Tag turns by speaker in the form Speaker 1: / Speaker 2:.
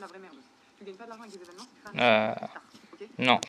Speaker 1: la vraie merde. Tu gagnes pas de l'argent avec des événements, c'est ça
Speaker 2: Euh,
Speaker 1: Ok
Speaker 2: non,